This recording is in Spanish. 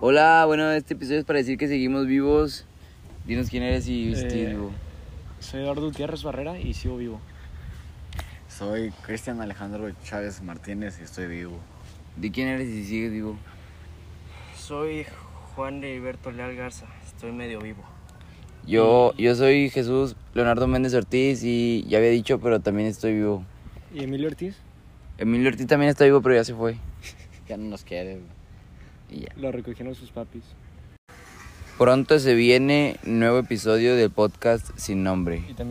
Hola, bueno, este episodio es para decir que seguimos vivos. Dinos quién eres y si Eh, estás vivo. Soy Eduardo Gutiérrez Barrera y sigo vivo. Soy Cristian Alejandro Chávez Martínez y estoy vivo. ¿De quién eres y si sigues vivo? Soy Juan Heriberto Leal Garza, estoy medio vivo. Yo, yo soy Jesús Leonardo Méndez Ortiz y ya había dicho, pero también estoy vivo. ¿Y Emilio Ortiz? Emilio Ortiz también está vivo, pero ya se fue. Ya no nos quiere. Y ya. Lo recogieron sus papis. Pronto se viene nuevo episodio del podcast sin nombre. Y también